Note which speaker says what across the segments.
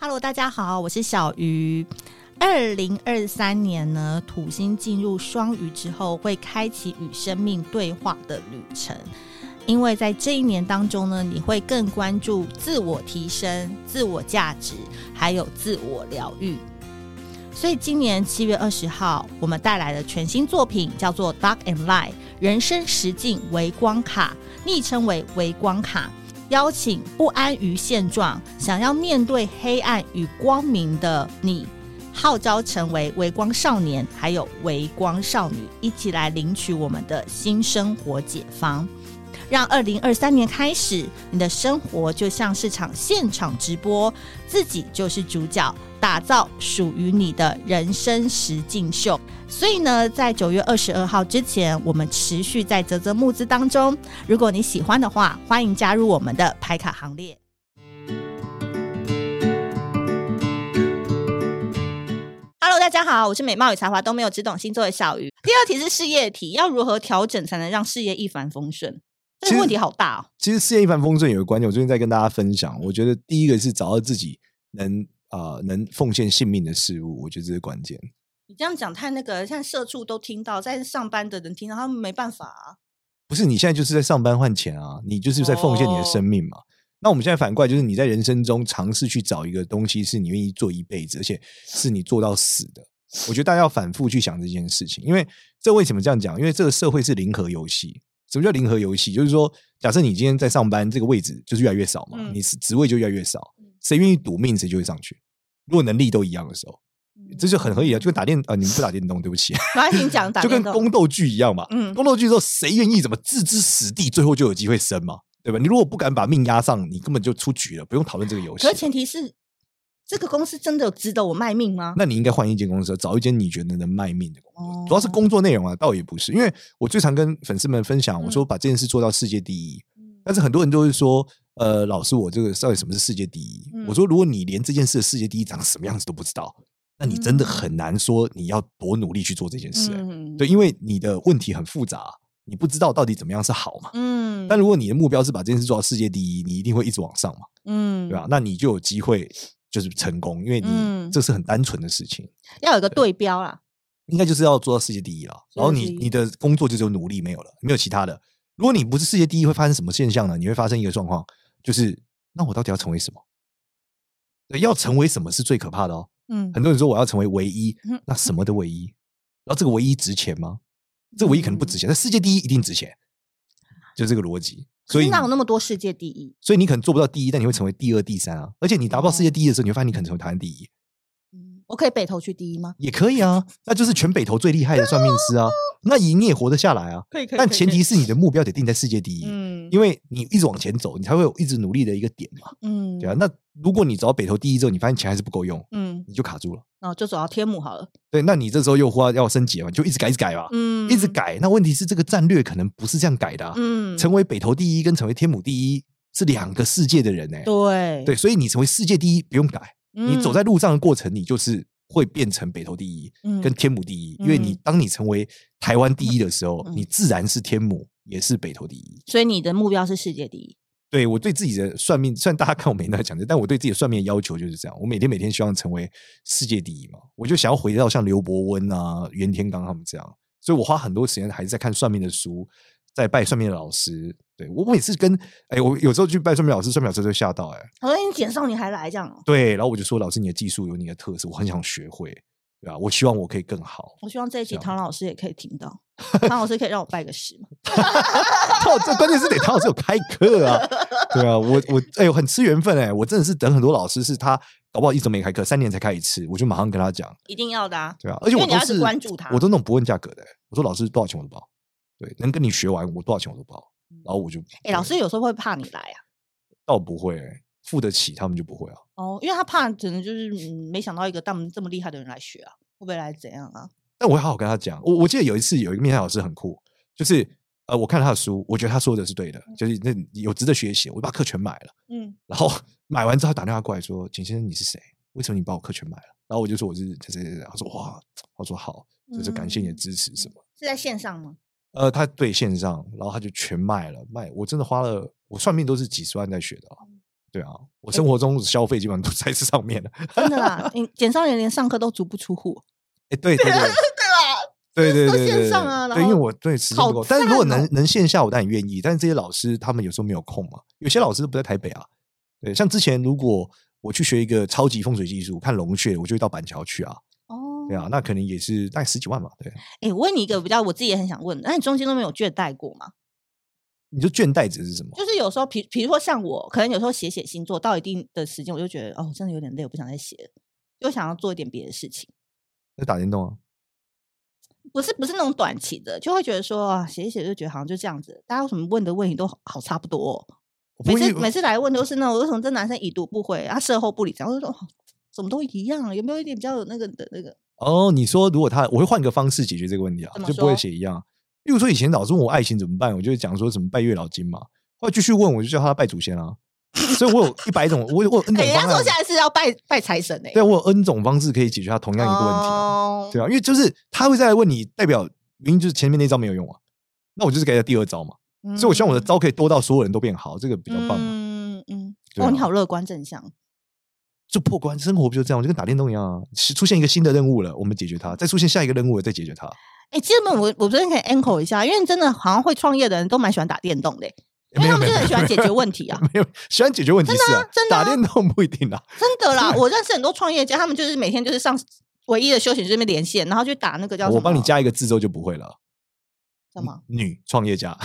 Speaker 1: Hello，大家好，我是小鱼。二零二三年呢，土星进入双鱼之后，会开启与生命对话的旅程。因为在这一年当中呢，你会更关注自我提升、自我价值，还有自我疗愈。所以今年七月二十号，我们带来的全新作品叫做《Dark and Light》，人生实境微光卡，昵称为微光卡。邀请不安于现状、想要面对黑暗与光明的你，号召成为微光少年，还有微光少女，一起来领取我们的新生活解方。让二零二三年开始，你的生活就像是场现场直播，自己就是主角，打造属于你的人生实境秀。所以呢，在九月二十二号之前，我们持续在泽泽募资当中。如果你喜欢的话，欢迎加入我们的排卡行列。Hello，大家好，我是美貌与才华都没有，只懂星座的小鱼。第二题是事业题，要如何调整才能让事业一帆风顺？这
Speaker 2: 其
Speaker 1: 个
Speaker 2: 实
Speaker 1: 问题好大哦。
Speaker 2: 其实事业一帆风顺有个观点，我最近在跟大家分享。我觉得第一个是找到自己能啊、呃能奉献性命的事物，我觉得这是关键。
Speaker 1: 你这样讲太那个，像社畜都听到，在上班的人听到，他们没办法啊。
Speaker 2: 不是你现在就是在上班换钱啊，你就是在奉献你的生命
Speaker 1: 哦
Speaker 2: 嘛。那我们现在反过来，就是你在人生中尝试去找一个东西，是你愿意做一辈子，而且是你做到死的。我觉得大家要反复去想这件事情，因为这为什么这样讲？因为这个社会是零和游戏。什么叫零和游戏？就是说，假设你今天在上班，这个位置就是越来越少嘛，
Speaker 1: 嗯
Speaker 2: 你是职位就越来越少，谁愿意赌命谁就会上去。如果能力都一样的时候，这就很合理啊，就跟打电啊、你们不打电动，对不起，
Speaker 1: 然后你讲 打
Speaker 2: 就
Speaker 1: 电
Speaker 2: 跟
Speaker 1: 动，
Speaker 2: 宫斗剧一样嘛。
Speaker 1: 嗯
Speaker 2: 宫斗剧之后，谁愿意怎么置之死地，最后就有机会生嘛，对吧？你如果不敢把命押上，你根本就出局了，不用讨论这个游戏
Speaker 1: 可是。前提是这个公司真的有值得我卖命吗？
Speaker 2: 那你应该换一间公司，找一间你觉得能卖命的公司。
Speaker 1: 哦
Speaker 2: 主要是工作内容啊，倒也不是，因为我最常跟粉丝们分享，我说
Speaker 1: 嗯
Speaker 2: 把这件事做到世界第一。
Speaker 1: 嗯
Speaker 2: 但是很多人都会说，呃，老师，我这个到底什么是世界第一？
Speaker 1: 嗯
Speaker 2: 我说，如果你连这件事的世界第一长什么样子都不知道，那你真的很难说你要多努力去做这件事、欸
Speaker 1: 嗯，
Speaker 2: 对，因为你的问题很复杂，你不知道到底怎么样是好嘛。
Speaker 1: 嗯，
Speaker 2: 但如果你的目标是把这件事做到世界第一，你一定会一直往上嘛，
Speaker 1: 嗯，
Speaker 2: 对啊吧？那你就有机会就是成功，因为
Speaker 1: 嗯
Speaker 2: 你这是很单纯的事情，
Speaker 1: 要有一个对标啦。
Speaker 2: 应该就是要做到世界第一了。然后
Speaker 1: 世界
Speaker 2: 你
Speaker 1: 第一
Speaker 2: 你的工作就只有努力，没有了，没有其他的。如果你不是世界第一，会发生什么现象呢？你会发生一个状况，就是那我到底要成为什么？对，要成为什么是最可怕的哦。
Speaker 1: 嗯
Speaker 2: 很多人说我要成为唯一
Speaker 1: 嗯，
Speaker 2: 那什么的唯一？然后这个唯一值钱吗？这唯一可能不
Speaker 1: 嗯
Speaker 2: 值钱，但世界第一一定值钱，就这个逻辑。所以
Speaker 1: 哪有
Speaker 2: 你
Speaker 1: 那么多世界第一？
Speaker 2: 所以你可能做不到第一，但你会成为第二、第三啊。而且你达不到世
Speaker 1: 嗯
Speaker 2: 界第一的时候，你会发现你可能成为台湾第一，
Speaker 1: 我可以北投去第一吗？
Speaker 2: 也可 以啊。那就是全北投最厉害的算命师啊，那赢你也活得下 来啊。
Speaker 1: 可以，可
Speaker 2: 但前提，是你的目标得定在世界第一，
Speaker 1: 嗯
Speaker 2: 因为你一直往前走，你才会有一直努力的一个点嘛，
Speaker 1: 嗯，
Speaker 2: 对啊。，那如果你找到北投第一之后，你发现钱还是不够用，
Speaker 1: 嗯，
Speaker 2: 你就卡住了。
Speaker 1: 然后就走到天母好了。
Speaker 2: 对，那你这时候又花要升级了嘛，你就一直改，一直改吧，
Speaker 1: 嗯，
Speaker 2: 啊一直，改。那问题是这个战略可能不是这样改的、啊，
Speaker 1: 嗯，
Speaker 2: 成为北投第一跟成为天母第一是两个世界的人呢、
Speaker 1: 对
Speaker 2: 对，所以你成为世界第一不用改，
Speaker 1: 嗯
Speaker 2: 你走在路上的过程，你就是会变成北投第一
Speaker 1: 嗯
Speaker 2: 跟天母第一，因为你
Speaker 1: 嗯
Speaker 2: 当你成为台湾第一的时候，
Speaker 1: 嗯
Speaker 2: 你自然是天母也是北投第一。
Speaker 1: 所以你的目标是世界第一。
Speaker 2: 对我对自己的算命，虽然大家看我每天都在讲这，但我对自己的算命的要求就是这样，我每天每天希望成为世界第一嘛，我就想要回到像刘伯温啊、袁天罡他们这样，所以我花很多时间还是在看算命的书，在拜算命的老师。对我每次跟哎，我有时候去拜算命老师，算命老师都吓到哎、
Speaker 1: 好像你减少你还来这样哦。
Speaker 2: 对，然后我就说老师，你的技术有你的特色，我很想学会，对啊吧、我希望我可以更好。
Speaker 1: 我希望这一集
Speaker 2: 这样
Speaker 1: 唐老师也可以听 到，唐老师可以让我拜个师嘛？
Speaker 2: 靠，这关键是得唐老师有开课啊，对啊，我我哎、呦很吃缘分哎、我真的是等很多老师是他搞不好一直没开课，三年才开一次，我就马上跟他讲，
Speaker 1: 一定要的啊！
Speaker 2: 对啊，而且
Speaker 1: 因为
Speaker 2: 我
Speaker 1: 你
Speaker 2: 都
Speaker 1: 要一直
Speaker 2: 是
Speaker 1: 关注他
Speaker 2: 我都那种不问价格的欸、我说老师多少钱我都报，对，能跟你学完我多少钱我都报，然后我就
Speaker 1: 哎、老师有时候会怕你来啊。
Speaker 2: 倒不会、欸、付得起，他们就不会啊。
Speaker 1: 哦，因为他怕可能就是、嗯、没想到一个这么这么厉害的人来学啊，会不会来怎样啊？
Speaker 2: 但我会好好跟他讲。我我记得有一次有一个面谈老师很酷，就是呃，我看了他的书，我觉得他说的是对的，就是那有值得学习，我就把课全买了。
Speaker 1: 嗯，
Speaker 2: 然后买完之后他打电话过来说：“简先生，你是谁？为什么你把我课全买了？”然后我就说我是谁谁谁谁，他说哇，我说好，就是感谢你的
Speaker 1: 嗯
Speaker 2: 支持什么。
Speaker 1: 是在线上 吗？
Speaker 2: 呃，他对线上，然后他就全卖了，卖我真的花了，我算命都是几十万在学的、啊，对啊，我生活中消费基本上都在这上面了。
Speaker 1: 真的啦，你减少人连上课都足不出户，啊
Speaker 2: 哎，对对对。
Speaker 1: 对啊吧？
Speaker 2: 对对
Speaker 1: 都
Speaker 2: 对
Speaker 1: 线
Speaker 2: 对
Speaker 1: 上啊
Speaker 2: 对
Speaker 1: 然
Speaker 2: 对，因为
Speaker 1: 后
Speaker 2: 我对时间
Speaker 1: 好
Speaker 2: 不够，但是如果
Speaker 1: 赞哦
Speaker 2: 能能线下，我当然愿意。但是这些老师他们有时候没有空嘛，有些老师都不在台北啊。对，像之前如果我去学一个超级风水技术，看龙穴，我就会到板桥去啊。
Speaker 1: 哦，
Speaker 2: 对啊，那可能也是大概十几万吧。对，
Speaker 1: 哎、我问你一个比较我自己也很想问的，那你中间都没有倦怠过吗？
Speaker 2: 你说倦怠值是什么？
Speaker 1: 就是有时候，比比如说像我，可能有时候写写星座到一定的时间，我就觉得哦，真的有点累，我不想再写了，就想要做一点别的事情，
Speaker 2: 在打电动啊？
Speaker 1: 不是不是那种短期的，就会觉得说啊，写一写就觉得好像就这样子，大家有什么问的问题都好好差不多哦、
Speaker 2: 我
Speaker 1: 每
Speaker 2: 不会
Speaker 1: 次
Speaker 2: 因为
Speaker 1: 每次来问都是那种为什么这男生已读不回，他事后不理，然后就说、哦、怎么都一样，有没有一点比较有那个的那个？
Speaker 2: 哦，你说如果他，我会换个方式解决这个问题啊
Speaker 1: 怎，么
Speaker 2: 就不会
Speaker 1: 说
Speaker 2: 写一样。例如说以前老师问我爱情怎么办，我就会讲说怎么拜月老金嘛。后来继续问，我就叫他拜祖先啊。所以我有一百种，我有我有 N
Speaker 1: 哎、人
Speaker 2: 种
Speaker 1: 家
Speaker 2: 方
Speaker 1: 说
Speaker 2: 案啊
Speaker 1: 现。在是要拜拜财神哎、
Speaker 2: 对，啊我有 N 种方式可以解决他同样一个问题、啊，
Speaker 1: 哦
Speaker 2: 对啊，因为就是他会再来问你，代表原因就是前面那招没有用啊，那我就是给他第二招嘛，所以我希望我的
Speaker 1: 嗯
Speaker 2: 招可以多到所有人都变好，这个比较棒嘛，
Speaker 1: 嗯嗯，
Speaker 2: 对
Speaker 1: 哦，你
Speaker 2: 啊
Speaker 1: 好乐观正向，
Speaker 2: 就破关，生活不就这样，就跟打电动一样啊，是出现一个新的任务了，我们解决它，再出现下一个任务了，再解决它，
Speaker 1: 哎、其实我我我昨天可以 echo 一下，因为真的好像会创业的人都蛮喜欢打电动的欸、因
Speaker 2: 没
Speaker 1: 为他
Speaker 2: 有
Speaker 1: 们
Speaker 2: 没有
Speaker 1: 真的很喜欢解决问题啊，
Speaker 2: 没有喜欢解决问题是啊，
Speaker 1: 真的啊
Speaker 2: 打电动不一定啊，
Speaker 1: 真的啦。我认识很多创业家，他们就是每天就是上唯一的休闲这边连线，然后去打那个叫什么
Speaker 2: 我帮你加一个字之后就不会了，
Speaker 1: 什么？
Speaker 2: 女创业家，，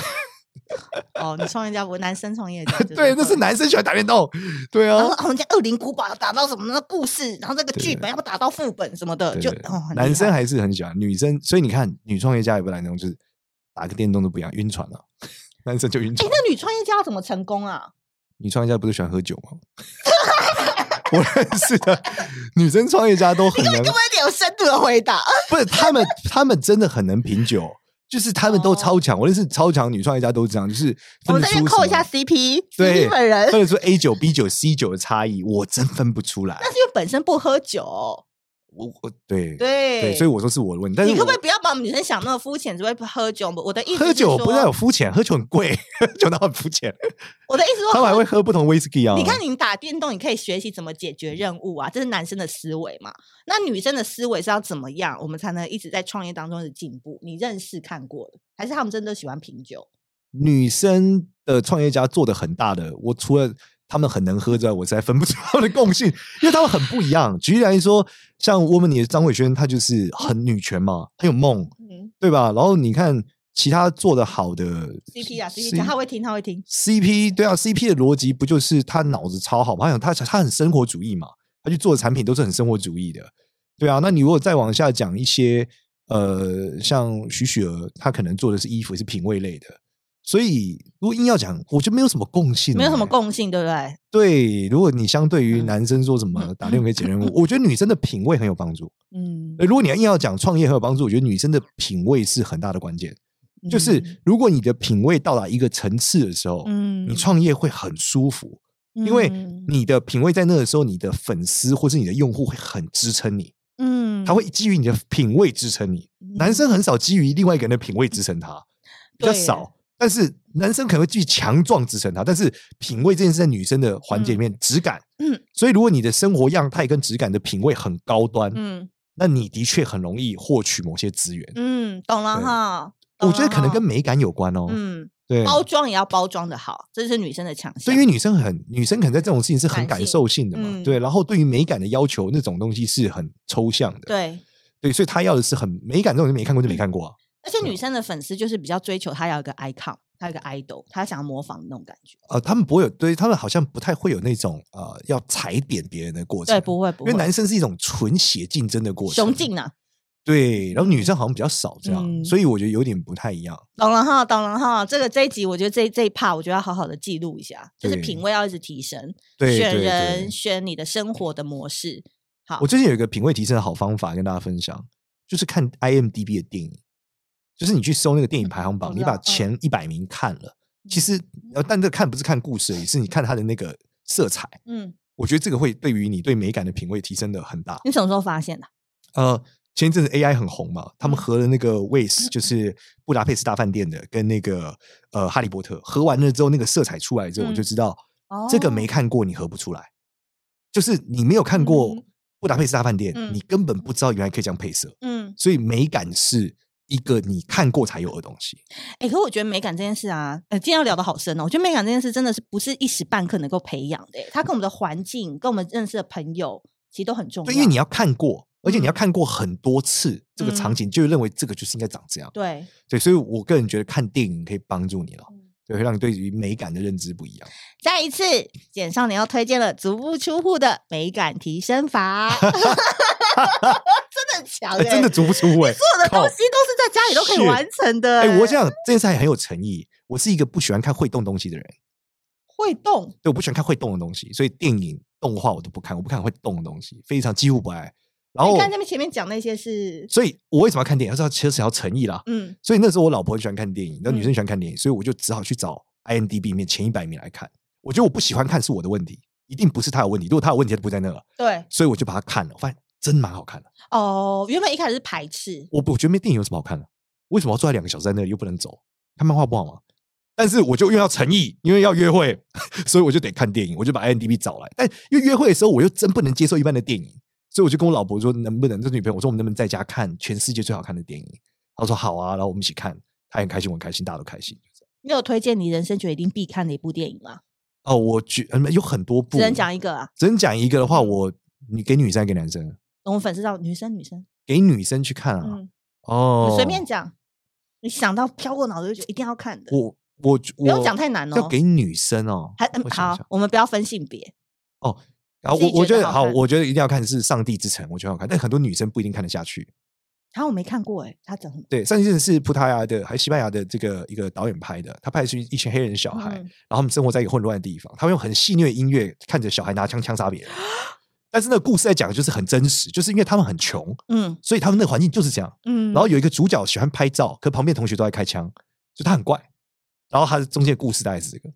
Speaker 1: 哦，你创业家不是男生创业家
Speaker 2: 对，那是。男生喜欢打电动，对
Speaker 1: 然
Speaker 2: 啊
Speaker 1: 后。哦人家恶灵古堡打到什么那故事，然后这个
Speaker 2: 对
Speaker 1: 剧
Speaker 2: 对
Speaker 1: 本要打到副本什么的，
Speaker 2: 对
Speaker 1: 就
Speaker 2: 对
Speaker 1: 哦，很厉
Speaker 2: 男生
Speaker 1: 害
Speaker 2: 还是很喜欢，女生所以你看，女创业家也不来那种，就是打个电动都不一样，晕船了、 男生就晕
Speaker 1: 哎
Speaker 2: 船，，
Speaker 1: 那女创业家要怎么成功 啊？
Speaker 2: 女创业家不是喜欢喝酒吗？ 我认识的女生创业家都很能，
Speaker 1: 给我一点有深度的回答。呃
Speaker 2: 不是他们，他们真的很能品酒，就是他们都
Speaker 1: 哦
Speaker 2: 超强。我认识超强女创业家都是这样，就是
Speaker 1: 我们
Speaker 2: 分得
Speaker 1: 这边
Speaker 2: 出什么
Speaker 1: 扣一下 CP，
Speaker 2: 对
Speaker 1: CP 本人，
Speaker 2: 分得出 A 酒、B 酒、C 酒的差异，我真分不出来
Speaker 1: 但。是因为本身不喝酒，
Speaker 2: 我我对
Speaker 1: 对
Speaker 2: 对，所以我说是我的问题，但是
Speaker 1: 你可不可
Speaker 2: 我
Speaker 1: 以不要把我们女生想那么肤浅，只会喝酒？我的意思
Speaker 2: 喝
Speaker 1: 是
Speaker 2: 酒不
Speaker 1: 说
Speaker 2: 要有肤浅，喝酒很贵， 喝酒哪有很肤浅？
Speaker 1: 我的意 思
Speaker 2: 他
Speaker 1: 说，
Speaker 2: 们还会喝不同 whisky 啊。
Speaker 1: 你看你打电动，你可以学习怎么解决任务啊，这是男生的思维嘛？那女生的思维是要怎么样，我们才能一直在创业当中的进步？你认识看过的，还是他们真的喜欢品酒？
Speaker 2: 女生的创业家做的很大的，我除了他们很能喝之外，我实在分不出他们的 共性，因为他们很不一样。举例来说，像我们你的张伟轩，他就是很女权嘛，很有梦，
Speaker 1: 嗯
Speaker 2: 对吧？然后你看其他做的好的
Speaker 1: ，CP 啊
Speaker 2: C-
Speaker 1: ，CP 他会听，他会听。
Speaker 2: CP 对啊，CP 的逻辑不就是他脑子超好嘛？他想他他很生活主义嘛，他去做的产品都是很生活主义的，对啊。那你如果再往下讲一些呃，像徐雪儿，她可能做的是衣服是品味类的，所以如果硬要讲，我就没有什么共性，
Speaker 1: 没有什么。共性，对不对？
Speaker 2: 对，如果你相对于
Speaker 1: 嗯
Speaker 2: 男生说什 么打电话给解任务，我觉得女生的品味很有帮助。
Speaker 1: 嗯
Speaker 2: 呃，如果你要硬要讲创业很有帮助，我觉得女生的品味是很大的关键。就是如果你的品味到达一个层次的时候，
Speaker 1: 嗯
Speaker 2: 你创业会很舒服，因为你的品味在那的时候，你的粉丝或是你的用户会很支撑你，
Speaker 1: 嗯
Speaker 2: 他会基于你的品味支撑你。男生很少基于另外一个人的品味支撑他，比较
Speaker 1: 对耶
Speaker 2: 少。但是男生可能会基于强壮支撑他，但是品味这件事在女生的环节里面质感，
Speaker 1: 嗯
Speaker 2: 所以如果你的生活样态跟质感的品味很高端，
Speaker 1: 嗯
Speaker 2: 那你的确很容易获取某些资源。
Speaker 1: 嗯，懂了
Speaker 2: 对
Speaker 1: 哈。
Speaker 2: 我
Speaker 1: 懂
Speaker 2: 觉得
Speaker 1: 了
Speaker 2: 可能
Speaker 1: 哈
Speaker 2: 跟美感有关哦。
Speaker 1: 嗯。
Speaker 2: 对，
Speaker 1: 包装也要包装的好，这是女生的强项。
Speaker 2: 对，因为女生很女生可能在这种事情是很
Speaker 1: 感
Speaker 2: 感
Speaker 1: 性
Speaker 2: 受性的嘛，
Speaker 1: 嗯
Speaker 2: 对。然后对于美感的要求那种东西是很抽象的，
Speaker 1: 对嗯
Speaker 2: 对，所以她要的是很美感这种东西没看过就没看过啊。
Speaker 1: 而且女生的粉丝就是比较追求她要有一个 icon，她有一个 idol，她想要模仿的那种感觉。
Speaker 2: 呃，他们不会有，对他们好像不太会有那种呃要踩点别人的过程，
Speaker 1: 对，不会不
Speaker 2: 因
Speaker 1: 会，
Speaker 2: 为男生是一种纯血竞争的过程，
Speaker 1: 雄竞啊，
Speaker 2: 对，然后女生好像比较少这样，
Speaker 1: 嗯
Speaker 2: 所以我觉得有点不太一样。
Speaker 1: 懂了哈，懂了哈。这个这一集我觉得这这一 part 我觉得要好好的记录一下，就是
Speaker 2: 对
Speaker 1: 品味要一直提升，
Speaker 2: 对
Speaker 1: 选
Speaker 2: 对
Speaker 1: 人
Speaker 2: 对
Speaker 1: 选你的生活的模式。好
Speaker 2: 我，最近有一个品味提升的好方法跟大家分享，就是看 IMDB 的电影，就是你去搜那个电影排行
Speaker 1: 我
Speaker 2: 榜，
Speaker 1: 知
Speaker 2: 你把
Speaker 1: 道嗯嗯
Speaker 2: 前一百名看了，其实呃，但这看不是看故事而已，是你看它的那个色彩。
Speaker 1: 嗯，
Speaker 2: 我觉得这个会对于你对美感的品味提升的很大。
Speaker 1: 你什么时候发现的？
Speaker 2: 呃，前一阵子 AI 很红嘛，他们
Speaker 1: 嗯
Speaker 2: 合了那个 w a s e 就是布达佩斯大饭店的，跟那个呃哈利波特合完了之后，那个色彩出来之
Speaker 1: 嗯
Speaker 2: 后，我就知道
Speaker 1: 哦
Speaker 2: 这个没看过你合不出来，就是你没有看过
Speaker 1: 嗯
Speaker 2: 《布达佩斯大饭店》
Speaker 1: 嗯
Speaker 2: 你根本不知道原来可以这样配色，
Speaker 1: 嗯，
Speaker 2: 所以美感是一个你看过才有的东西。
Speaker 1: 哎、可我觉得美感这件事啊，呃，今天要聊的好深哦。我觉得美感这件事真的是不是一时半刻能够培养的、欸它跟我们的环境、跟我们认识的朋友其实都很重要。
Speaker 2: 对，因为你要看过，而且你要
Speaker 1: 哦嗯
Speaker 2: 看过很多次这个场
Speaker 1: 嗯
Speaker 2: 景，就认为这个就是应该长这样。
Speaker 1: 对，
Speaker 2: 对，所以我个人觉得看电影可以帮助你了，
Speaker 1: 嗯
Speaker 2: 对，会让你对于美感的认知不一样。
Speaker 1: 再一次，简少年要推荐了足不出户的美感提升法， 真的很强、
Speaker 2: 哎
Speaker 1: 欸，
Speaker 2: 真的足不出位，
Speaker 1: 所有的
Speaker 2: 靠
Speaker 1: 东西都是在家里都可以
Speaker 2: Shit
Speaker 1: 完成的、
Speaker 2: 哎，我
Speaker 1: 想
Speaker 2: 想这件事还很有诚意。我是一个不喜欢看会动东西的人，
Speaker 1: 会动，
Speaker 2: 对，我不喜欢看会动的东西，所以电影、动画我都不看，我不看会动的东西，非常几乎不爱。然后
Speaker 1: 你，看那边前面讲那些是，
Speaker 2: 所以我为什么要看电影？要知道其实要诚意啦。
Speaker 1: 嗯，
Speaker 2: 所以那时候我老婆很喜欢看电影，那女
Speaker 1: 嗯
Speaker 2: 生喜欢看电影，所以我就只好去找 IMDB 里面前一百名来看。我觉得我不喜欢看是我的问题，一定不是她有问题。如果她有问题，她就不在那了。
Speaker 1: 对，
Speaker 2: 所以我就把它看了，我发现真蛮好看的。
Speaker 1: 哦，原本一开始是排斥，
Speaker 2: 我不我觉得没电影有什么好看的，为什么要坐在两个小时在那里又不能走？看漫画不好吗？但是我就又要诚意，因为要约会， 所以我就得看电影，我就把 IMDB 找来。但因为约会的时候，我又真不能接受一般的电影，所以我就跟我老婆说，能不能这女朋友，我说我们能不能在家看全世界最好看的电影？她说好啊，然后我们一起看，她很开心，我很开心，大家都开心。就这样
Speaker 1: 你有推荐你人生觉得一定必看的一部电影吗？
Speaker 2: 哦，我觉嗯有很多部，
Speaker 1: 只能讲一个啊，
Speaker 2: 只能讲一个的话，我你给女生还是给男生，啊
Speaker 1: 我们粉丝让女生女生，
Speaker 2: 给女生去看啊。
Speaker 1: 嗯，
Speaker 2: 哦
Speaker 1: 你，随便讲，你想到飘过脑子就觉得一定要看的，
Speaker 2: 我我
Speaker 1: 不
Speaker 2: 我
Speaker 1: 用讲太难
Speaker 2: 要
Speaker 1: 哦。
Speaker 2: 给女生哦，
Speaker 1: 还嗯
Speaker 2: 我想一
Speaker 1: 好
Speaker 2: 下，
Speaker 1: 我们不要分性别，
Speaker 2: 然后
Speaker 1: 自
Speaker 2: 我
Speaker 1: 己
Speaker 2: 我
Speaker 1: 觉
Speaker 2: 觉
Speaker 1: 得
Speaker 2: 得
Speaker 1: 好
Speaker 2: 好，
Speaker 1: 看
Speaker 2: 我觉得一定要看是《上帝之城》，我觉得好看，但很多女生不一定看得下去。
Speaker 1: 然后我没看过哎，他讲什么？
Speaker 2: 对，《上帝之城》是葡萄牙的还是西班牙的这个一个导演拍的，他拍的是一群黑人小孩，然
Speaker 1: 嗯
Speaker 2: 后他们生活在一个混乱的地方，他们用很戏谑的音乐看着小孩拿枪枪杀别 人，但是那个故事在讲的就是很真实，就是因为他们很穷，
Speaker 1: 嗯
Speaker 2: 所以他们那个环境就是这样。
Speaker 1: 嗯，
Speaker 2: 然后有一个主角喜欢拍照，可旁边同学都在开枪，就他很怪。然后他的中间的故事大概是这
Speaker 1: 嗯
Speaker 2: 个，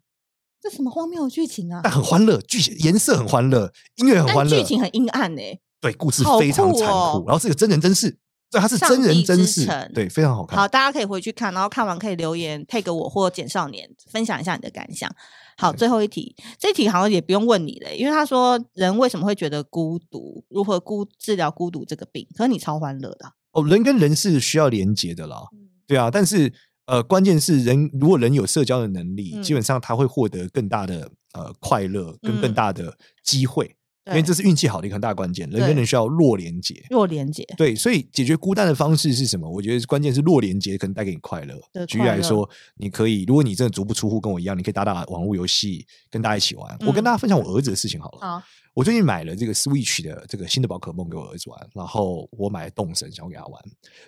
Speaker 1: 这什么荒谬的剧情啊
Speaker 2: 但！很欢乐，剧情颜色很欢乐，音乐很
Speaker 1: 但
Speaker 2: 欢乐，
Speaker 1: 剧情很阴暗哎，
Speaker 2: 对，故事
Speaker 1: 好
Speaker 2: 非常
Speaker 1: 酷
Speaker 2: 残酷，
Speaker 1: 哦
Speaker 2: 然后是个真人真事，对，它是
Speaker 1: 上
Speaker 2: 真人
Speaker 1: 帝
Speaker 2: 真
Speaker 1: 之
Speaker 2: 事
Speaker 1: 城，
Speaker 2: 对，非常好看。
Speaker 1: 好，大家可以回去看，然后看完可以留言 tag 我或简少年分享一下你的感想。好，最后一题，这题好像也不用问你了，因为他说人为什么会觉得孤独，如何孤治疗孤独这个病？可是你超欢乐的啊、
Speaker 2: 哦，人跟人是需要连接的啦，
Speaker 1: 嗯
Speaker 2: 对啊，但是呃，关键是人如果人有社交的能力，基
Speaker 1: 嗯
Speaker 2: 本上他会获得更大的呃快乐跟
Speaker 1: 嗯
Speaker 2: 更大的机会，
Speaker 1: 对啊
Speaker 2: 因为这是运气好的一个很大的关键。人
Speaker 1: 对
Speaker 2: 跟人需要弱连接。
Speaker 1: 弱连接，
Speaker 2: 对，所以解决孤单的方式是什么？我觉得关键是弱连接，可能带给你快乐
Speaker 1: 对。
Speaker 2: 举例
Speaker 1: 快
Speaker 2: 来
Speaker 1: 乐
Speaker 2: 说，你可以，如果你真的足不出户，跟我一样，你可以打打网络游戏，跟大家一起玩。我
Speaker 1: 嗯
Speaker 2: 跟大家分享我儿子的事情好了。
Speaker 1: 好，
Speaker 2: 我最近买了这个 Switch 的这个新的宝可梦给我儿子玩，然后我买了动神想要给他玩，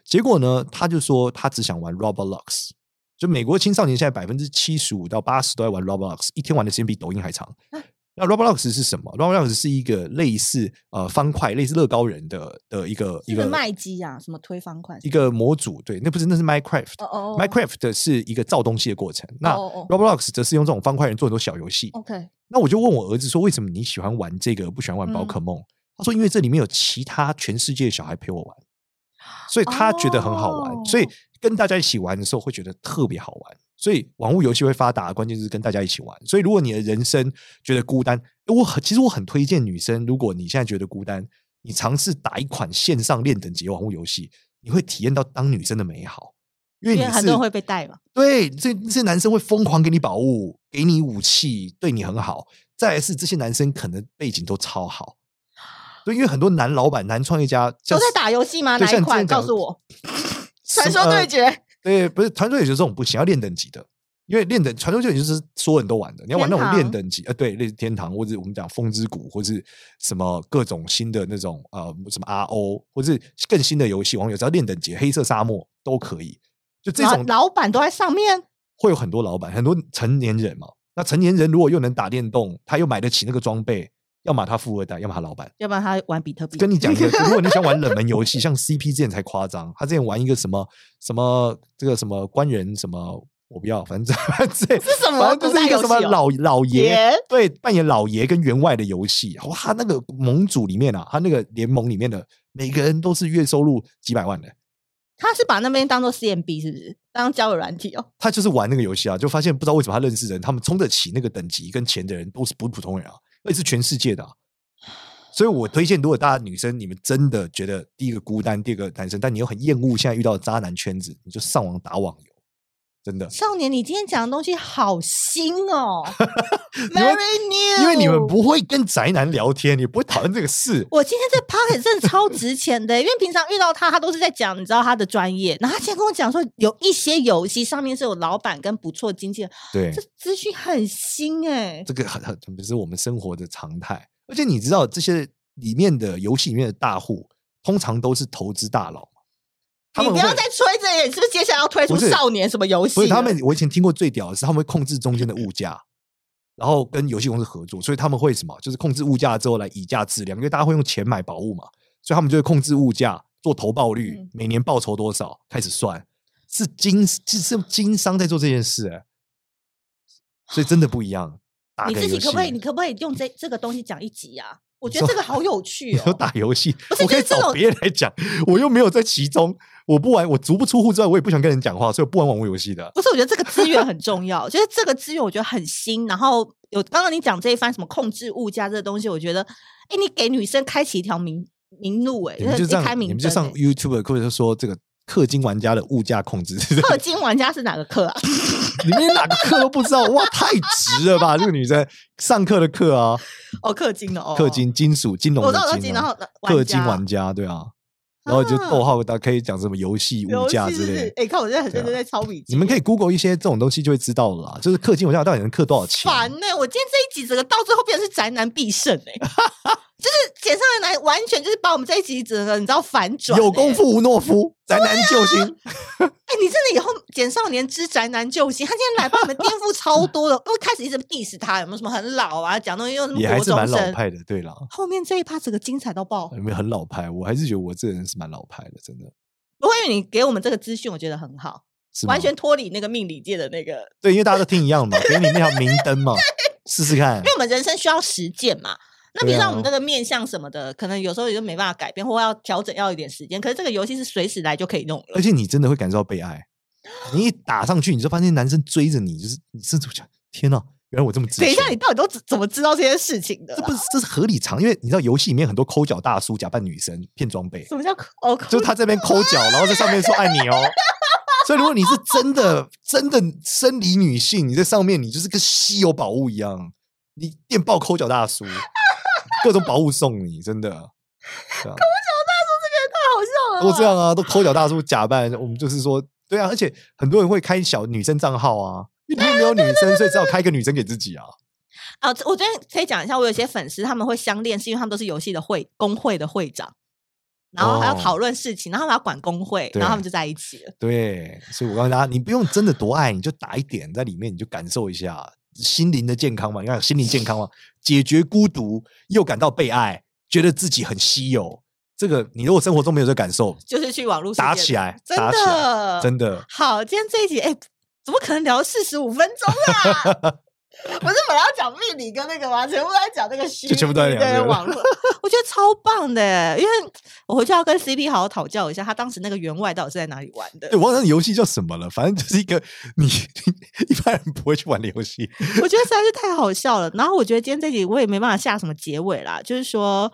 Speaker 2: 结果呢，他就说他只想玩 Roblox。就美国青少年现在百分之七十五到八十都在玩 Roblox，一天玩的时间比抖音还长。
Speaker 1: 啊
Speaker 2: 那 Roblox 是什么？Roblox 是一个类似呃方块、类似乐高人的的一个一
Speaker 1: 是不
Speaker 2: 个
Speaker 1: 是麦基啊，什么推方块
Speaker 2: 一？个模组，对，那不是那是 Minecraft。
Speaker 1: 哦哦哦
Speaker 2: Minecraft 是一个造东西的过程，那
Speaker 1: 哦哦
Speaker 2: Roblox 则是用这种方块人做很多小游戏。
Speaker 1: OK，
Speaker 2: 那我就问我儿子说：“为什么你喜欢玩这个，不喜欢玩宝
Speaker 1: 嗯
Speaker 2: 可梦？”他说：“因为这里面有其他全世界的小孩陪我玩，所以他觉得很好玩。
Speaker 1: 哦
Speaker 2: 所以跟大家一起玩的时候，会觉得特别好玩。所以网络游戏会发达，关键就是跟大家一起玩。所以如果你的人生觉得孤单，我很其实我很推荐女生，如果你现在觉得孤单，你尝试打一款线上练等级的网络游戏，你会体验到当女生的美好。”因为
Speaker 1: 因
Speaker 2: 你
Speaker 1: 为
Speaker 2: 是
Speaker 1: 很多人会被带嘛。
Speaker 2: 对，这这些男生会疯狂给你宝物，给你武器，对你很好。再来是这些男生可能背景都超好，对，因为很多男老板、男创业家
Speaker 1: 都
Speaker 2: 像
Speaker 1: 在
Speaker 2: 是
Speaker 1: 打游戏吗？
Speaker 2: 对
Speaker 1: 哪一
Speaker 2: 像你之
Speaker 1: 款？
Speaker 2: 前讲
Speaker 1: 告
Speaker 2: 的
Speaker 1: 诉我，传
Speaker 2: 什么
Speaker 1: 说对
Speaker 2: 呃
Speaker 1: 决。
Speaker 2: 对，不是传说有这种不行，要练等级的。因为练等传说就就是所有人都玩的，你要玩那
Speaker 1: 天
Speaker 2: 种
Speaker 1: 堂
Speaker 2: 练等级，呃，对，类似天堂或者我们讲风之谷，或是什么各种新的那种呃什么 RO，或是更新的游戏，网友只要练等级，黑色沙漠都可以。就这
Speaker 1: 老
Speaker 2: 种
Speaker 1: 老板都在上面，
Speaker 2: 会有很多老板，很多成年人嘛。那成年人如果又能打电动，他又买得起那个装备，要么他富二代，要么他老板。
Speaker 1: 要不然他玩比特币。
Speaker 2: 跟你 讲一个，如果你想玩冷门游戏，像 CP 之前才夸张，他之前玩一个什么什么这个什么官人什么，我不要，反正这
Speaker 1: 是 什么
Speaker 2: 反正就是一个什么
Speaker 1: 古代游戏哦
Speaker 2: 老老爷
Speaker 1: 爷，
Speaker 2: 对扮演老爷跟员外的游戏，哇，他那个盟主里面啊，他那个联盟里面的每个人都是月收入几百万的，
Speaker 1: 他是把那边当做 CMB 是不是？当交友软体哦。
Speaker 2: 他就是玩那个游戏啊，就发现不知道为什么他认识人，他们充得起那个等级跟钱的人都是不普通人啊，而且是全世界的、啊。所以我推荐，如果大家女生你们真的觉得第一个孤单，第二个单身，但你又很厌恶现在遇到的渣男圈子，你就上网打网游，真的，
Speaker 1: 少年，你今天讲的东西好新 哦，very new。
Speaker 2: 因为你们不会跟宅男聊天，你不会讨论这个事。
Speaker 1: 我今天这 p o c k e t 真的超值钱的，因为平常遇到他，他都是在讲你知道他的专业，然后他今天跟我讲说有一些游戏上面是有老板跟不错经纪人，
Speaker 2: 对
Speaker 1: 这，资讯很新哎、
Speaker 2: 这个很很不是我们生活的常态。而且你知道，这些里面的游戏里面的大户，通常都是投资大佬嘛。他
Speaker 1: 你
Speaker 2: 们
Speaker 1: 不要
Speaker 2: 会
Speaker 1: 再吹着耶，你是不是接下来要推出
Speaker 2: 不是
Speaker 1: 少年什么游戏
Speaker 2: 不
Speaker 1: 了？
Speaker 2: 是他们，我以前听过最屌的是他们会控制中间的物价，然后跟游戏公司合作，所以他们会什么？就是控制物价之后来以价质量，因为大家会用钱买宝物嘛，所以他们就会控制物价，做投报率，
Speaker 1: 嗯
Speaker 2: 每年报酬多少开始算，是经是是经商在做这件事、欸，所以真的不一样。打
Speaker 1: 你
Speaker 2: 个
Speaker 1: 自己
Speaker 2: 游
Speaker 1: 可不可以？
Speaker 2: 戏
Speaker 1: 你可不可以用这这个东西讲一集啊？我觉
Speaker 2: 你
Speaker 1: 得
Speaker 2: 说
Speaker 1: 这个好有趣
Speaker 2: 你说
Speaker 1: 哦。
Speaker 2: 打游戏，
Speaker 1: 不是
Speaker 2: 我可以
Speaker 1: 就是这
Speaker 2: 找
Speaker 1: 种
Speaker 2: 别人来讲，我又没有在其中，我不玩，我足不出户之外，我也不想跟人讲话，所以我不玩网络游戏的。
Speaker 1: 不是，我觉得这个资源很重要，就是这个资源我觉得很新。然后有刚刚你讲这一番什么控制物价这个东西，我觉得，哎，你给女生开启一条明明路、哎，
Speaker 2: 你们就
Speaker 1: 一
Speaker 2: 这
Speaker 1: 开
Speaker 2: 样，
Speaker 1: 明
Speaker 2: 你们就
Speaker 1: 灯
Speaker 2: 上
Speaker 1: 哎
Speaker 2: YouTube 或者是说这个氪金玩家的物价控制，
Speaker 1: 氪金玩家是哪个氪啊？
Speaker 2: 你们连哪个课都不知道，哇，太值了吧！这个 女生上课的课啊，
Speaker 1: 哦，氪金哦，
Speaker 2: 氪金金属金融
Speaker 1: 我知道
Speaker 2: 的
Speaker 1: 氪金，
Speaker 2: 金
Speaker 1: 然
Speaker 2: 啊，
Speaker 1: 后
Speaker 2: 氪金
Speaker 1: 家
Speaker 2: 玩家对啊，然后就
Speaker 1: 啊
Speaker 2: 逗号，大家可以讲什么游戏物
Speaker 1: 游
Speaker 2: 价
Speaker 1: 戏
Speaker 2: 之
Speaker 1: 是不是
Speaker 2: 类的。
Speaker 1: 哎，看我现在很
Speaker 2: 对
Speaker 1: 认真在
Speaker 2: 啊
Speaker 1: 抄笔记，
Speaker 2: 你们可以 Google 一些这种东西就会知道了啦，就是氪金物价到底能氪多少钱？啊
Speaker 1: 烦呢、我今天这一集整个到最后变成是宅男必胜哎、 就是简上来完全就是把我们这一集整个你知道反转、
Speaker 2: 有功。夫无 懦夫，宅男救星。
Speaker 1: 哎、你真的以后简少年之宅男救星，他今天来帮我们颠覆 超多的。我开始一直 diss 他，有没有什么很老啊，讲东西又什么
Speaker 2: 也还
Speaker 1: 国
Speaker 2: 是蛮
Speaker 1: 中
Speaker 2: 老
Speaker 1: 生。
Speaker 2: 派的，嗯对啦，
Speaker 1: 后面这一趴整个精彩到爆，
Speaker 2: 没有很老派，我还是觉得我这个人是蛮老派的，真的
Speaker 1: 不会因为你给我们这个资讯，我觉得很好，
Speaker 2: 是吗
Speaker 1: 完全脱离那个命理界的那个，
Speaker 2: 对，因为大家都听一样嘛，给你那条明灯嘛，试试看
Speaker 1: 因为。我们人生需要实践嘛。那
Speaker 2: 对
Speaker 1: 平常
Speaker 2: 啊
Speaker 1: 我们这个面向什么的，可能有时候也就没办法改变，或要调整，要一点时间。可是这个游戏是随时来就可以弄了
Speaker 2: 而。且你真的会感受到被爱，你一打上去，你就发现男生追着你，就是你甚至会想，天哪，原来我这么值钱。
Speaker 1: 等一下，你到底都怎怎么知道这些事情的啊
Speaker 2: 这
Speaker 1: 啦？
Speaker 2: 不是这是合理常，因为你知道游戏里面很多抠脚大叔假扮女生骗装备，
Speaker 1: 什么叫 哦？
Speaker 2: 就是他这边抠脚，然后在上面说爱你哦。所以如果你是真的真的生理女性，你在上面你就是跟稀有宝物一样，你电报抠脚大叔，各种宝物送你，真的。对啊
Speaker 1: 太好笑了吧！
Speaker 2: 都这 样啊，都抠脚大叔假扮，我们就是说，对啊，而且很多人会开小女生账号啊，因为里面没有女生，所以只好开一个女生给自己啊。
Speaker 1: 啊！这我觉得可以讲一下，我有些粉丝他们会相恋，是因为他们都是游戏的会工会的会长，然后还要
Speaker 2: 哦
Speaker 1: 讨论事情，然后还要管工会，
Speaker 2: 对
Speaker 1: 然后他们就在一起了。
Speaker 2: 对，所以我告诉大家，你不用真的多爱，你就打一点在里面，你就感受一下心灵的健康嘛。你看心灵健康嘛，解决孤独，又感到被爱，觉得自己很稀有。这个你如果生活中没有这 感受，
Speaker 1: 就是去网络世界
Speaker 2: 打起来，
Speaker 1: 真
Speaker 2: 打起来，
Speaker 1: 的
Speaker 2: 真的。
Speaker 1: 好。今天这一集，哎、怎么可能聊四十五分钟啊？ 我是本来要讲命理跟那个嘛，全部都在讲那个虚
Speaker 2: 就全部都在
Speaker 1: 拟
Speaker 2: 聊这
Speaker 1: 对
Speaker 2: 个
Speaker 1: 网络，我觉得超棒的，因为我回去要跟 CP 好好讨教一下，他当时那个员外到底是在哪里玩的
Speaker 2: 对，。我忘了那游戏叫什么了，反正就是一个你 一般人不会去玩的游戏。
Speaker 1: 我觉得实在是太好笑了。然后我觉得今天这集我也没办法下什么结尾啦，就是说，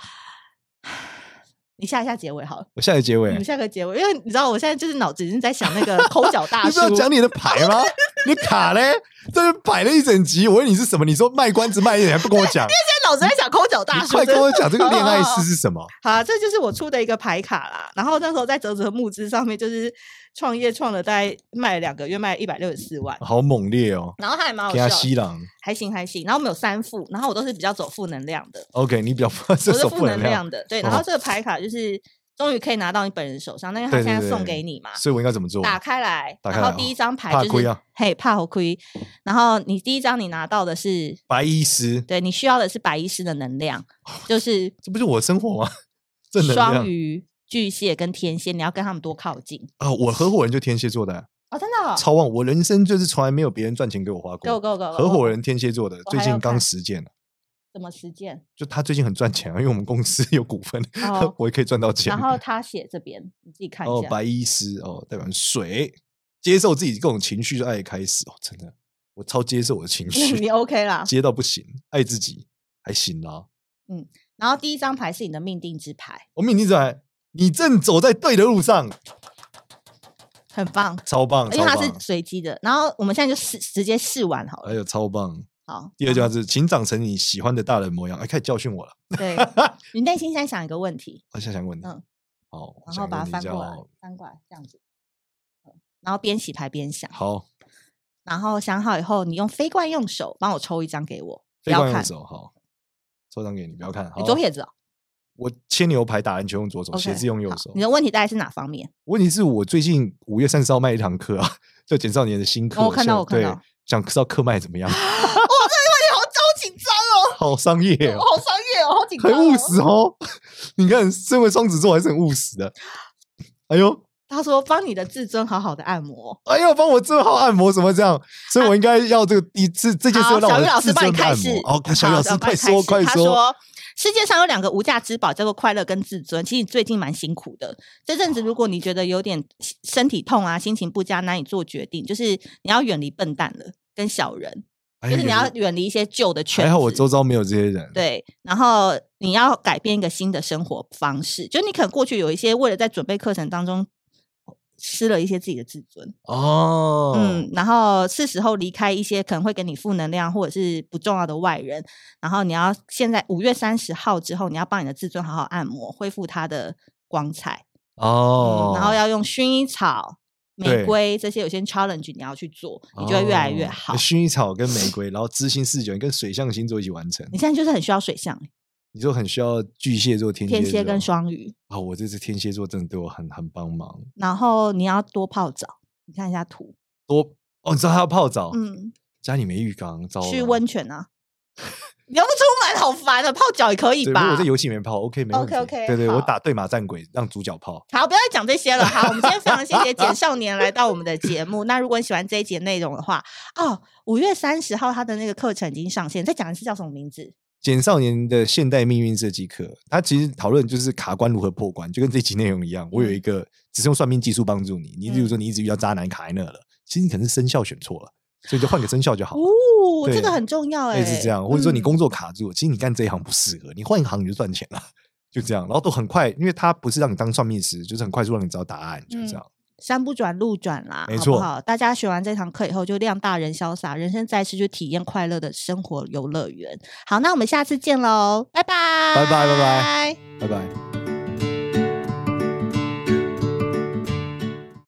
Speaker 1: 你下一下结尾好了，
Speaker 2: 我下一个结尾
Speaker 1: 你，们下个结尾，因为你知道我现在就是脑子已经在想那个抠脚大
Speaker 2: 你不
Speaker 1: 叔
Speaker 2: 要。讲你的 牌吗？你卡嘞，在这摆了一整集，我问你是什么，你说卖关子卖一点，还不跟我 讲，
Speaker 1: 现
Speaker 2: 你
Speaker 1: 在脑子在想抠脚大叔，
Speaker 2: 快
Speaker 1: 真
Speaker 2: 跟
Speaker 1: 的
Speaker 2: 我讲这个恋爱事是什么？
Speaker 1: 好、啊，这就是我出的一个牌卡啦。然后那时候在泽泽募资上面，就是创业创了大概卖了两个月，卖了一百六十四万，
Speaker 2: 好猛烈哦！
Speaker 1: 然后他还 蛮好
Speaker 2: 给他
Speaker 1: 笑
Speaker 2: 西
Speaker 1: 的，
Speaker 2: 朗
Speaker 1: 还行还行。然后我们有三副，然后我都是比较走负能量的，
Speaker 2: ，OK，你比较这
Speaker 1: 我是
Speaker 2: 手
Speaker 1: 负
Speaker 2: 不
Speaker 1: 能
Speaker 2: 能量，
Speaker 1: 量的，对。
Speaker 2: 哦
Speaker 1: 然后这个牌卡就是终于可以拿到你本人手上，那因为他
Speaker 2: 对对
Speaker 1: 现在
Speaker 2: 对
Speaker 1: 送
Speaker 2: 对
Speaker 1: 给你嘛，
Speaker 2: 所以我应该怎么做？
Speaker 1: 打开来，
Speaker 2: 打开
Speaker 1: 然
Speaker 2: 来
Speaker 1: 后第一张牌
Speaker 2: 怕
Speaker 1: 就是
Speaker 2: 亏啊
Speaker 1: 嘿怕好亏，然后你第一张你拿到的是，
Speaker 2: 白医师，
Speaker 1: 对你需要的是白医师的能量，就是
Speaker 2: 这不就我的生活吗？哦 正能
Speaker 1: 双
Speaker 2: 量
Speaker 1: 鱼、巨蟹跟天蝎，你要跟他们多靠近
Speaker 2: 啊！我合伙人就天蝎座的，啊
Speaker 1: 哦，真的、哦，
Speaker 2: 超旺！我人生就是从来没有别人赚钱给我花
Speaker 1: 够
Speaker 2: 过，
Speaker 1: 够够，
Speaker 2: 合伙人天蝎座的，
Speaker 1: 我
Speaker 2: 最
Speaker 1: 还要
Speaker 2: 近刚
Speaker 1: 看
Speaker 2: 实践了。
Speaker 1: 怎么实践？
Speaker 2: 就他最近很赚钱啊，因为我们公司有股份，
Speaker 1: 哦
Speaker 2: 我也可以赚到钱。
Speaker 1: 然后他写这边，你自己看一
Speaker 2: 哦，
Speaker 1: 下。
Speaker 2: 白医师哦，代表水，接受自己各种情绪就爱开始哦，真的，我超接受我的情绪，
Speaker 1: 你 OK 啦。
Speaker 2: 接到不行，爱自己还行啦。
Speaker 1: 然后第一张牌是你的命定之牌，
Speaker 2: 我命令仔，你正走在对的路上，
Speaker 1: 很棒，
Speaker 2: 超棒，
Speaker 1: 因为
Speaker 2: 超
Speaker 1: 它是
Speaker 2: 棒，
Speaker 1: 随机的。然后我们现在就试直接试完好
Speaker 2: 哎
Speaker 1: 了。
Speaker 2: 呦，超棒。
Speaker 1: 好，
Speaker 2: 第二句
Speaker 1: 然
Speaker 2: 话
Speaker 1: 后
Speaker 2: 是，请长成你喜欢的大人模样。哎，开始教训我了，
Speaker 1: 对，你内心现在想一个问题，
Speaker 2: 我想想问你，
Speaker 1: 嗯
Speaker 2: 好，我
Speaker 1: 然
Speaker 2: 想
Speaker 1: 后
Speaker 2: 一哦
Speaker 1: 把
Speaker 2: 个
Speaker 1: 它
Speaker 2: 你
Speaker 1: 翻
Speaker 2: 叫
Speaker 1: 过来，翻过来这样子，嗯然后边洗牌边想，
Speaker 2: 好，
Speaker 1: 然后想好以后，你用非惯用手帮我抽一张给我，不
Speaker 2: 非
Speaker 1: 要
Speaker 2: 惯用
Speaker 1: 看，
Speaker 2: 手，好，抽张给你，不要看，好
Speaker 1: 你，左撇子哦
Speaker 2: 我切牛排打篮球用左手，
Speaker 1: ，OK，
Speaker 2: 写字用右
Speaker 1: 好
Speaker 2: 手
Speaker 1: 你。的问题大概是哪方 面？哎
Speaker 2: 问题是我最近五月三十号卖一堂课啊，就简少年的新课，
Speaker 1: 哦我看到
Speaker 2: 想
Speaker 1: 我看
Speaker 2: 对
Speaker 1: 到
Speaker 2: 想知道课 卖怎么样，
Speaker 1: 哎，好超紧张哦，
Speaker 2: 好商业哦，
Speaker 1: 好商业哦，好紧
Speaker 2: 很务。实哦。 你看，身为双子座还是很务实的。哎呦，
Speaker 1: 他说帮你的自尊好好的按摩。
Speaker 2: 哎呦，帮我做好按摩什么这样，所以我应该要这个第一次这件事
Speaker 1: 好，
Speaker 2: 让我
Speaker 1: 小
Speaker 2: 的
Speaker 1: 雨老师
Speaker 2: 自
Speaker 1: 帮你
Speaker 2: 尊被
Speaker 1: 开
Speaker 2: 按
Speaker 1: 始
Speaker 2: 摩。。哦，小雨老师
Speaker 1: 好
Speaker 2: 快
Speaker 1: 小雨
Speaker 2: 说
Speaker 1: 老师帮
Speaker 2: 快
Speaker 1: 你开始他
Speaker 2: 说，
Speaker 1: 说，世界上有两个无价之宝，叫做快乐跟自尊。其实你最近蛮辛苦的，这阵
Speaker 2: 哦
Speaker 1: 子如果你觉得有点身体痛啊，心情不佳，难以做决定，就是你要远离笨蛋了，跟小人，
Speaker 2: 哎
Speaker 1: 就
Speaker 2: 呦
Speaker 1: 是你要远离一些旧的圈子。
Speaker 2: 还好我周遭没有这些人。
Speaker 1: 对，然后你要改变一个新的生活方式，就你可能过去有一些为了在准备课程当中呃失了一些自己的自尊，
Speaker 2: 哦，
Speaker 1: 嗯，然后是时候离开一些可能会给你负能量或者是不重要的外人，然后你要现在五月三十号之后，你要帮你的自尊好好按摩，恢复它的光彩，
Speaker 2: 哦
Speaker 1: 嗯，，然后要用薰衣草。
Speaker 2: 对
Speaker 1: 玫瑰这些有些 challenge 你要去做，你就会越来越
Speaker 2: 哦
Speaker 1: 好。
Speaker 2: 薰衣草跟玫瑰，然后知心四九跟水象星座一起 完成。
Speaker 1: 你现在就是很需要水象，
Speaker 2: 你就很需要巨蟹座、天蝎
Speaker 1: 天蝎
Speaker 2: 座
Speaker 1: 跟双鱼，
Speaker 2: 啊、我这次天蝎座真的对我很很帮忙。
Speaker 1: 然后你要多泡澡。你看一下图，
Speaker 2: 多哦，你知道他要泡澡，
Speaker 1: 嗯，
Speaker 2: 家里没浴缸，糟
Speaker 1: 去
Speaker 2: 了
Speaker 1: 温泉 啊。你要不出门，好烦啊！泡脚也可以
Speaker 2: 对，如
Speaker 1: 吧
Speaker 2: 果？在游戏里面泡，OK，没问题。
Speaker 1: OK，OK，
Speaker 2: 对对，我
Speaker 1: 好
Speaker 2: 打对马战鬼，让主角泡。
Speaker 1: 好，不要再讲这些了。好，我们今天非常谢谢简少年来到我们的节目。那如果你喜欢这一节内容的话，哦，五月三十号他的那个课程已经上线，再讲一次叫什么名字？
Speaker 2: 简少年的现代命运设计课，他其实讨论就是卡关如何破关，就跟这集内容一样。我有一
Speaker 1: 嗯
Speaker 2: 个只是用算命技术帮助你，你比如说你一直遇到渣男卡在那了，其实你可能是生肖选错了，所以就换个生肖就好了。
Speaker 1: 哦，
Speaker 2: 对
Speaker 1: 这个很重要哎、
Speaker 2: 类似这样，或者说你
Speaker 1: 嗯
Speaker 2: 工作卡住，其实你干这一行不适合，你换一行你就赚钱了，就这样。然后都很快，因为他不是让你当算命师，就是很快速让你知道答案，就是这样。
Speaker 1: 山不转路转啦，
Speaker 2: 没
Speaker 1: 好
Speaker 2: 错
Speaker 1: 不好？大家学完这堂课以后，就量大人潇洒，人生在世，去体验快乐的生活游乐园。好，那我们下次见喽，拜拜，
Speaker 2: 拜拜拜拜拜拜。